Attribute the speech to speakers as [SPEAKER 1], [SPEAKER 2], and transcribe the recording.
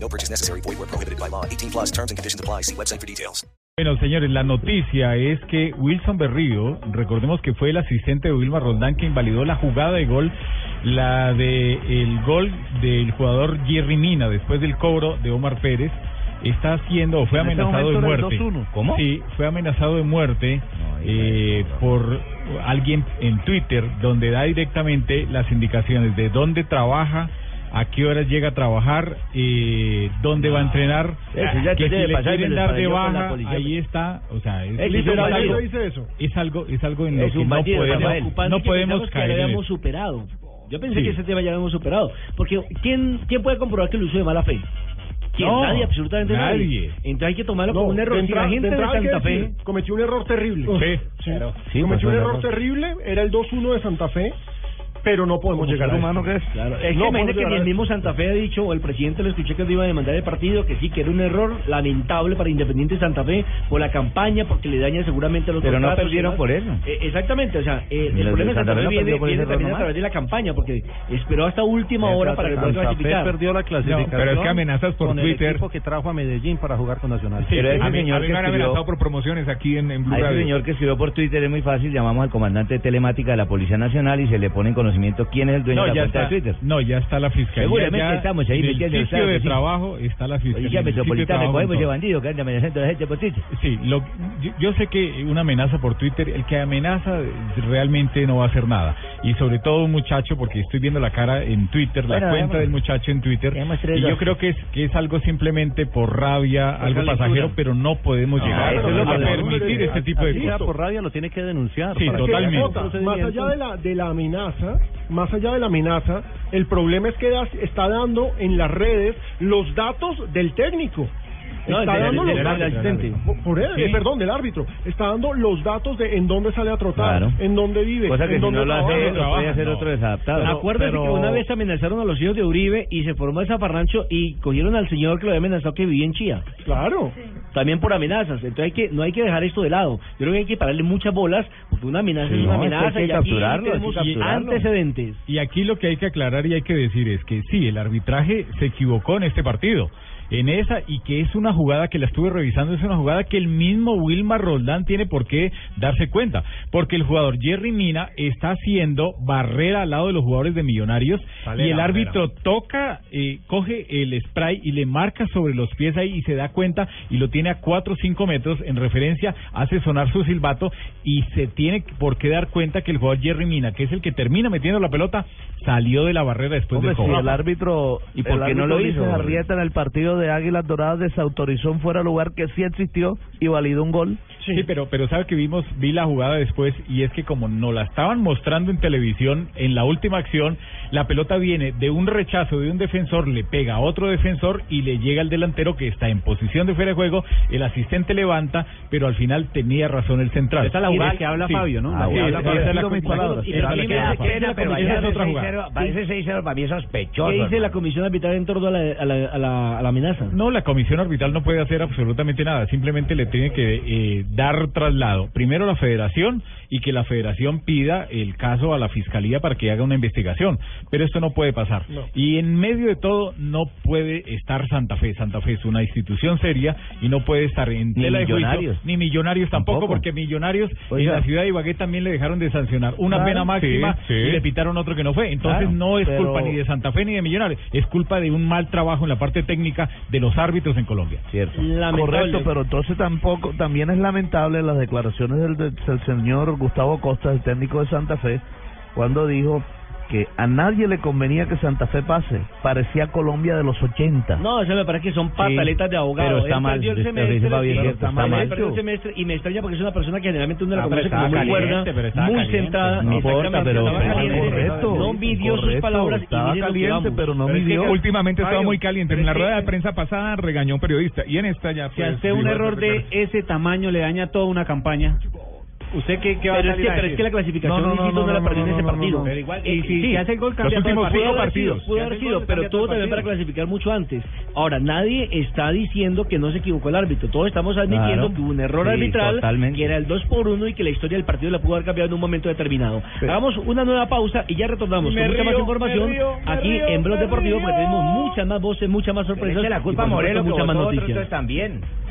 [SPEAKER 1] No purchase necessary. Void where prohibited by law. 18 plus terms and conditions apply. See website for details.
[SPEAKER 2] Bueno, señores, la noticia es que Wilson Berrío, recordemos que fue el asistente de Wilmar Roldán que invalidó la jugada de gol, la de el gol del jugador Jerry Mina después del cobro de Omar Pérez, está haciendo o fue
[SPEAKER 3] En ese
[SPEAKER 2] amenazado de
[SPEAKER 3] momento era el
[SPEAKER 2] muerte.
[SPEAKER 3] 2-1. ¿Cómo?
[SPEAKER 2] Sí, fue amenazado de muerte eh, por alguien en Twitter donde da directamente las indicaciones de dónde trabaja, a qué horas llega a trabajar, eh, dónde va a entrenar,
[SPEAKER 3] Eso ya
[SPEAKER 2] que
[SPEAKER 3] tiene
[SPEAKER 2] si
[SPEAKER 3] de
[SPEAKER 2] le
[SPEAKER 3] pasar y
[SPEAKER 2] quieren
[SPEAKER 3] me les
[SPEAKER 2] dar de
[SPEAKER 3] pareció con la
[SPEAKER 2] baja,
[SPEAKER 3] policía.
[SPEAKER 2] ahí está, o sea, es,
[SPEAKER 3] Es
[SPEAKER 2] literal
[SPEAKER 3] literal,
[SPEAKER 2] algo,
[SPEAKER 3] dice
[SPEAKER 2] eso. es algo, es algo en
[SPEAKER 3] Es
[SPEAKER 2] lo que
[SPEAKER 3] un
[SPEAKER 2] no
[SPEAKER 3] bandido, Rafael.
[SPEAKER 2] podemos,
[SPEAKER 4] preocupante
[SPEAKER 2] no
[SPEAKER 4] que
[SPEAKER 2] podemos
[SPEAKER 4] pensamos que
[SPEAKER 2] caer.
[SPEAKER 4] lo
[SPEAKER 2] en
[SPEAKER 4] habíamos
[SPEAKER 2] eso.
[SPEAKER 4] superado. Yo pensé
[SPEAKER 2] Sí.
[SPEAKER 4] que ese tema ya lo habíamos superado. Porque ¿quién, quién puede comprobar que lo hizo de mala fe? ¿Quién?
[SPEAKER 2] No,
[SPEAKER 4] nadie, absolutamente nadie.
[SPEAKER 2] nadie.
[SPEAKER 4] Entonces hay que tomarlo como un error.
[SPEAKER 5] de
[SPEAKER 4] Si
[SPEAKER 5] entrada-
[SPEAKER 4] la gente
[SPEAKER 5] de
[SPEAKER 4] de,
[SPEAKER 5] entrada hay que
[SPEAKER 4] Santa Fe...
[SPEAKER 5] decir, cometió un error terrible.
[SPEAKER 2] Sí,
[SPEAKER 3] Sí, pues,
[SPEAKER 5] cometió un
[SPEAKER 3] un
[SPEAKER 5] error
[SPEAKER 3] error.
[SPEAKER 5] terrible, era el 2-1 de Santa Fe, pero no podemos llegar a
[SPEAKER 3] humano
[SPEAKER 5] esto.
[SPEAKER 3] que es.
[SPEAKER 4] Claro, es que imagínate
[SPEAKER 5] No, podemos
[SPEAKER 4] que
[SPEAKER 5] llegar
[SPEAKER 4] ni
[SPEAKER 5] a
[SPEAKER 4] el
[SPEAKER 5] esto.
[SPEAKER 4] mismo Santa Fe ha dicho, o el presidente lo escuché que lo iba a demandar el partido, que sí, que era un error lamentable para Independiente Santa Fe por la campaña, porque le daña seguramente los
[SPEAKER 3] Pero no
[SPEAKER 4] contratos y
[SPEAKER 3] perdieron
[SPEAKER 4] demás.
[SPEAKER 3] por eso.
[SPEAKER 4] Eh, exactamente, o sea, eh,
[SPEAKER 3] Los
[SPEAKER 4] el
[SPEAKER 3] de
[SPEAKER 4] problema
[SPEAKER 3] Santa
[SPEAKER 4] de Santa
[SPEAKER 3] Fe
[SPEAKER 4] Fe
[SPEAKER 3] no
[SPEAKER 4] viene,
[SPEAKER 3] perdió por
[SPEAKER 4] viene
[SPEAKER 3] ese
[SPEAKER 4] también
[SPEAKER 3] error
[SPEAKER 4] a través de la campaña, porque esperó hasta última hora para poder clasificar.
[SPEAKER 3] la
[SPEAKER 2] clasificación pero es que amenazas por con el Twitter. equipo
[SPEAKER 3] que trajo a Medellín para jugar con Nacional.
[SPEAKER 2] Sí,
[SPEAKER 3] pero ese
[SPEAKER 2] a mí,
[SPEAKER 3] señor
[SPEAKER 2] a mí
[SPEAKER 3] que
[SPEAKER 2] me han
[SPEAKER 3] escribió-
[SPEAKER 2] amenazado por promociones aquí en, en Blue
[SPEAKER 3] A ese
[SPEAKER 2] Radio.
[SPEAKER 3] señor que escribió por Twitter es muy fácil, llamamos al comandante de telemática de la Policía Nacional y se le pone en conocimiento quién es el dueño
[SPEAKER 2] No,
[SPEAKER 3] de
[SPEAKER 2] ya
[SPEAKER 3] la cuenta
[SPEAKER 2] está,
[SPEAKER 3] de Twitter.
[SPEAKER 2] no, ya está la fiscalía.
[SPEAKER 3] Seguramente
[SPEAKER 2] ya
[SPEAKER 3] estamos ahí
[SPEAKER 2] en el
[SPEAKER 3] metidos en el
[SPEAKER 2] sitio de
[SPEAKER 3] saco, sí.
[SPEAKER 2] trabajo está la fiscalía.
[SPEAKER 3] Policía
[SPEAKER 2] en el sitio de
[SPEAKER 3] Metropolitana,
[SPEAKER 2] trabajo,
[SPEAKER 3] cogemos ese
[SPEAKER 2] entonces.
[SPEAKER 3] bandido pues, que anda amenazando a la gente por Twitter.
[SPEAKER 2] Sí, lo, yo, yo sé que una amenaza por Twitter, el que amenaza eh, realmente no va a hacer nada. Y sobre todo un muchacho, porque estoy viendo la cara en Twitter, la
[SPEAKER 3] Bueno,
[SPEAKER 2] cuenta
[SPEAKER 3] veamos.
[SPEAKER 2] del muchacho en Twitter.
[SPEAKER 3] Veamos tres,
[SPEAKER 2] Y yo
[SPEAKER 3] dos.
[SPEAKER 2] creo que es, que es algo simplemente por rabia, algo
[SPEAKER 3] calentura.
[SPEAKER 2] pasajero, pero no podemos llegar
[SPEAKER 3] Ah, eso es lo
[SPEAKER 2] a
[SPEAKER 3] que hablamos,
[SPEAKER 2] permitir
[SPEAKER 5] eh,
[SPEAKER 2] este tipo de
[SPEAKER 5] así sea
[SPEAKER 2] cosas.
[SPEAKER 5] por
[SPEAKER 3] rabia lo tiene que denunciar.
[SPEAKER 2] Sí,
[SPEAKER 5] Es que,
[SPEAKER 2] totalmente.
[SPEAKER 5] Jota, más allá de la, de la amenaza, más allá de la amenaza, el problema es que das- está dando en las redes los datos del técnico.
[SPEAKER 4] No,
[SPEAKER 5] está
[SPEAKER 4] del-
[SPEAKER 5] dando
[SPEAKER 4] del-
[SPEAKER 5] los
[SPEAKER 4] del
[SPEAKER 5] datos-
[SPEAKER 4] asistente.
[SPEAKER 5] Por- por él,
[SPEAKER 2] Sí.
[SPEAKER 5] eh, perdón, del árbitro. Está dando los datos de en dónde sale a trotar,
[SPEAKER 3] Claro.
[SPEAKER 5] en dónde vive,
[SPEAKER 3] Cosa
[SPEAKER 5] en
[SPEAKER 3] que si
[SPEAKER 5] dónde
[SPEAKER 3] no lo
[SPEAKER 5] trabaja.
[SPEAKER 3] hace, él, lo puede
[SPEAKER 2] trabaja,
[SPEAKER 3] hacer
[SPEAKER 2] no.
[SPEAKER 3] otro desadaptado.
[SPEAKER 4] Acuérdate que una vez amenazaron a los hijos de Uribe y se formó esa parrancho y cogieron al señor que lo había amenazado que vivía en Chía.
[SPEAKER 5] Claro.
[SPEAKER 4] También por amenazas. Entonces hay que, no hay que dejar esto de lado. Yo creo que hay que pararle muchas bolas porque una amenaza
[SPEAKER 3] Sí,
[SPEAKER 4] es una
[SPEAKER 3] no, es que hay
[SPEAKER 4] amenaza
[SPEAKER 3] que
[SPEAKER 4] y aquí
[SPEAKER 3] capturarlo, hay que
[SPEAKER 4] tenemos
[SPEAKER 3] capturarlo.
[SPEAKER 4] antecedentes.
[SPEAKER 2] Y aquí lo que hay que aclarar y hay que decir es que sí, el arbitraje se equivocó en este partido. En esa, y que es una jugada que la estuve revisando, es una jugada que el mismo Wilmar Roldán tiene por qué darse cuenta. Porque el jugador Jerry Mina está haciendo barrera al lado de los jugadores de Millonarios
[SPEAKER 5] Sale
[SPEAKER 2] y el
[SPEAKER 5] la
[SPEAKER 2] árbitro toca, eh, coge el spray y le marca sobre los pies ahí y se da cuenta y lo tiene a 4 o 5 metros en referencia, hace sonar su silbato y se tiene por qué dar cuenta que el jugador Jerry Mina, que es el que termina metiendo la pelota, salió de la barrera después del cobro.
[SPEAKER 3] árbitro
[SPEAKER 4] ¿Y por qué no lo hizo?
[SPEAKER 3] Arrieta en el partido de Águilas Doradas desautorizó un fuera de lugar que sí existió y validó un gol.
[SPEAKER 2] Sí, pero pero sabe que vimos vi la jugada después y es que como nos la estaban mostrando en televisión en la última acción, la pelota viene de un rechazo de un defensor, le pega a otro defensor y le llega al delantero que está en posición de fuera de juego, el asistente levanta, pero al final tenía razón el central. Esa es la
[SPEAKER 4] jugada que habla Fabio, ¿no? La que habla Fabio.
[SPEAKER 2] esa es la
[SPEAKER 4] Digo mis palabras.
[SPEAKER 2] esa es la
[SPEAKER 4] Y
[SPEAKER 2] que
[SPEAKER 4] también
[SPEAKER 2] habla
[SPEAKER 4] me
[SPEAKER 2] Fabio.
[SPEAKER 4] pena, pero
[SPEAKER 2] Esa es
[SPEAKER 4] ayer
[SPEAKER 2] otra jugada.
[SPEAKER 3] Parece 6-0 para mí es sospechoso.
[SPEAKER 4] ¿Qué dice la
[SPEAKER 3] hermano.
[SPEAKER 4] comisión arbitral en torno a la, a la, a la, a la amenaza?
[SPEAKER 2] No, la comisión arbitral no puede hacer absolutamente nada, simplemente le tiene que eh, dar traslado, primero la federación y que la federación pida el caso a la fiscalía para que haga una investigación, pero esto no puede pasar. Y en medio de todo no puede estar Santa Fe, Santa Fe es una institución seria y no puede estar en
[SPEAKER 3] Ni
[SPEAKER 2] tela de juicio,
[SPEAKER 3] Millonarios.
[SPEAKER 2] ni millonarios tampoco,
[SPEAKER 3] Tampoco.
[SPEAKER 2] porque millonarios
[SPEAKER 3] Oiga.
[SPEAKER 2] en la ciudad de Ibagué también le dejaron de sancionar una
[SPEAKER 3] Claro,
[SPEAKER 2] pena máxima
[SPEAKER 3] sí, sí.
[SPEAKER 2] y le pitaron otro que no fue, entonces
[SPEAKER 3] Claro,
[SPEAKER 2] no es
[SPEAKER 3] pero-
[SPEAKER 2] culpa ni de Santa Fe ni de Millonarios, es culpa de un mal trabajo en la parte técnica de los árbitros en Colombia.
[SPEAKER 3] Cierto.
[SPEAKER 4] Lamentable.
[SPEAKER 6] Correcto, pero entonces tampoco, también es lamentable las declaraciones del, del- del señor Gustavo Costa, el técnico de Santa Fe, cuando dijo que a nadie le convenía que Santa Fe pase. Parecía Colombia de los 80.
[SPEAKER 4] No, eso me parece que son pataletas
[SPEAKER 3] Sí,
[SPEAKER 4] de abogado.
[SPEAKER 3] pero está
[SPEAKER 4] Él
[SPEAKER 3] mal,
[SPEAKER 4] perdió el
[SPEAKER 3] lo que dice
[SPEAKER 4] semestre,
[SPEAKER 3] Fabián,
[SPEAKER 4] sí,
[SPEAKER 3] cierto,
[SPEAKER 4] está
[SPEAKER 3] está
[SPEAKER 4] mal,
[SPEAKER 3] mal.
[SPEAKER 4] él perdió el semestre y me extraña porque es una persona que generalmente uno la
[SPEAKER 2] Ah,
[SPEAKER 4] conoce
[SPEAKER 2] pero
[SPEAKER 4] como
[SPEAKER 2] estaba
[SPEAKER 4] muy
[SPEAKER 2] caliente,
[SPEAKER 4] cuerda,
[SPEAKER 2] pero estaba
[SPEAKER 4] muy
[SPEAKER 2] caliente.
[SPEAKER 4] sentada.
[SPEAKER 6] No importa,
[SPEAKER 4] exactamente,
[SPEAKER 6] pero
[SPEAKER 4] estaba
[SPEAKER 6] estaba
[SPEAKER 4] caliente,
[SPEAKER 6] correcto,
[SPEAKER 4] No midió sus
[SPEAKER 6] correcto,
[SPEAKER 4] palabras. y
[SPEAKER 6] estaba
[SPEAKER 4] miren lo que
[SPEAKER 6] caliente,
[SPEAKER 4] vamos.
[SPEAKER 6] pero no
[SPEAKER 4] es que
[SPEAKER 6] midió.
[SPEAKER 2] Últimamente estaba
[SPEAKER 4] Fabio,
[SPEAKER 2] muy caliente.
[SPEAKER 4] pero
[SPEAKER 2] En la
[SPEAKER 4] es que-
[SPEAKER 2] rueda de prensa pasada regañó a un periodista. Y en esta ya.
[SPEAKER 7] Si
[SPEAKER 2] pues,
[SPEAKER 7] a usted un
[SPEAKER 2] digo,
[SPEAKER 7] error de ese tamaño le daña toda una campaña, ¿usted qué, qué va
[SPEAKER 4] Pero
[SPEAKER 7] a
[SPEAKER 4] es, que,
[SPEAKER 7] salir a
[SPEAKER 4] pero es que
[SPEAKER 7] decir?
[SPEAKER 4] la clasificación
[SPEAKER 6] No, no,
[SPEAKER 4] no,
[SPEAKER 6] no,
[SPEAKER 4] no,
[SPEAKER 6] no,
[SPEAKER 4] la
[SPEAKER 6] no,
[SPEAKER 4] perdió en
[SPEAKER 6] no,
[SPEAKER 4] ese
[SPEAKER 6] no,
[SPEAKER 4] partido.
[SPEAKER 6] no. Pero
[SPEAKER 7] igual,
[SPEAKER 4] Y
[SPEAKER 7] y si- si hace el gol,
[SPEAKER 2] Los
[SPEAKER 7] cambia todo el
[SPEAKER 2] últimos
[SPEAKER 7] partido.
[SPEAKER 2] cuatro
[SPEAKER 7] Pudo haber
[SPEAKER 2] partidos.
[SPEAKER 4] Pudo haber sido, pero todo también para clasificar mucho antes. Ahora, nadie está diciendo que no se equivocó el árbitro. Todos estamos admitiendo
[SPEAKER 3] Claro.
[SPEAKER 4] que hubo un error
[SPEAKER 3] Sí,
[SPEAKER 4] arbitral,
[SPEAKER 3] totalmente.
[SPEAKER 4] que era el 2 por 1 y que la historia del partido la pudo haber cambiado en un momento determinado. Hagamos una nueva pausa y ya retornamos
[SPEAKER 7] Me
[SPEAKER 4] con mucha
[SPEAKER 7] río,
[SPEAKER 4] más información
[SPEAKER 7] me río, me
[SPEAKER 4] aquí
[SPEAKER 7] río,
[SPEAKER 4] en Blog
[SPEAKER 7] me
[SPEAKER 4] Deportivo, porque
[SPEAKER 7] río.
[SPEAKER 4] tenemos muchas más voces, muchas más sorpresas.
[SPEAKER 3] Pero es que la
[SPEAKER 4] y,
[SPEAKER 3] culpa a
[SPEAKER 4] por supuesto,
[SPEAKER 3] Morelos que
[SPEAKER 4] muchas más
[SPEAKER 3] votó otro,
[SPEAKER 4] noticias.
[SPEAKER 3] entonces también.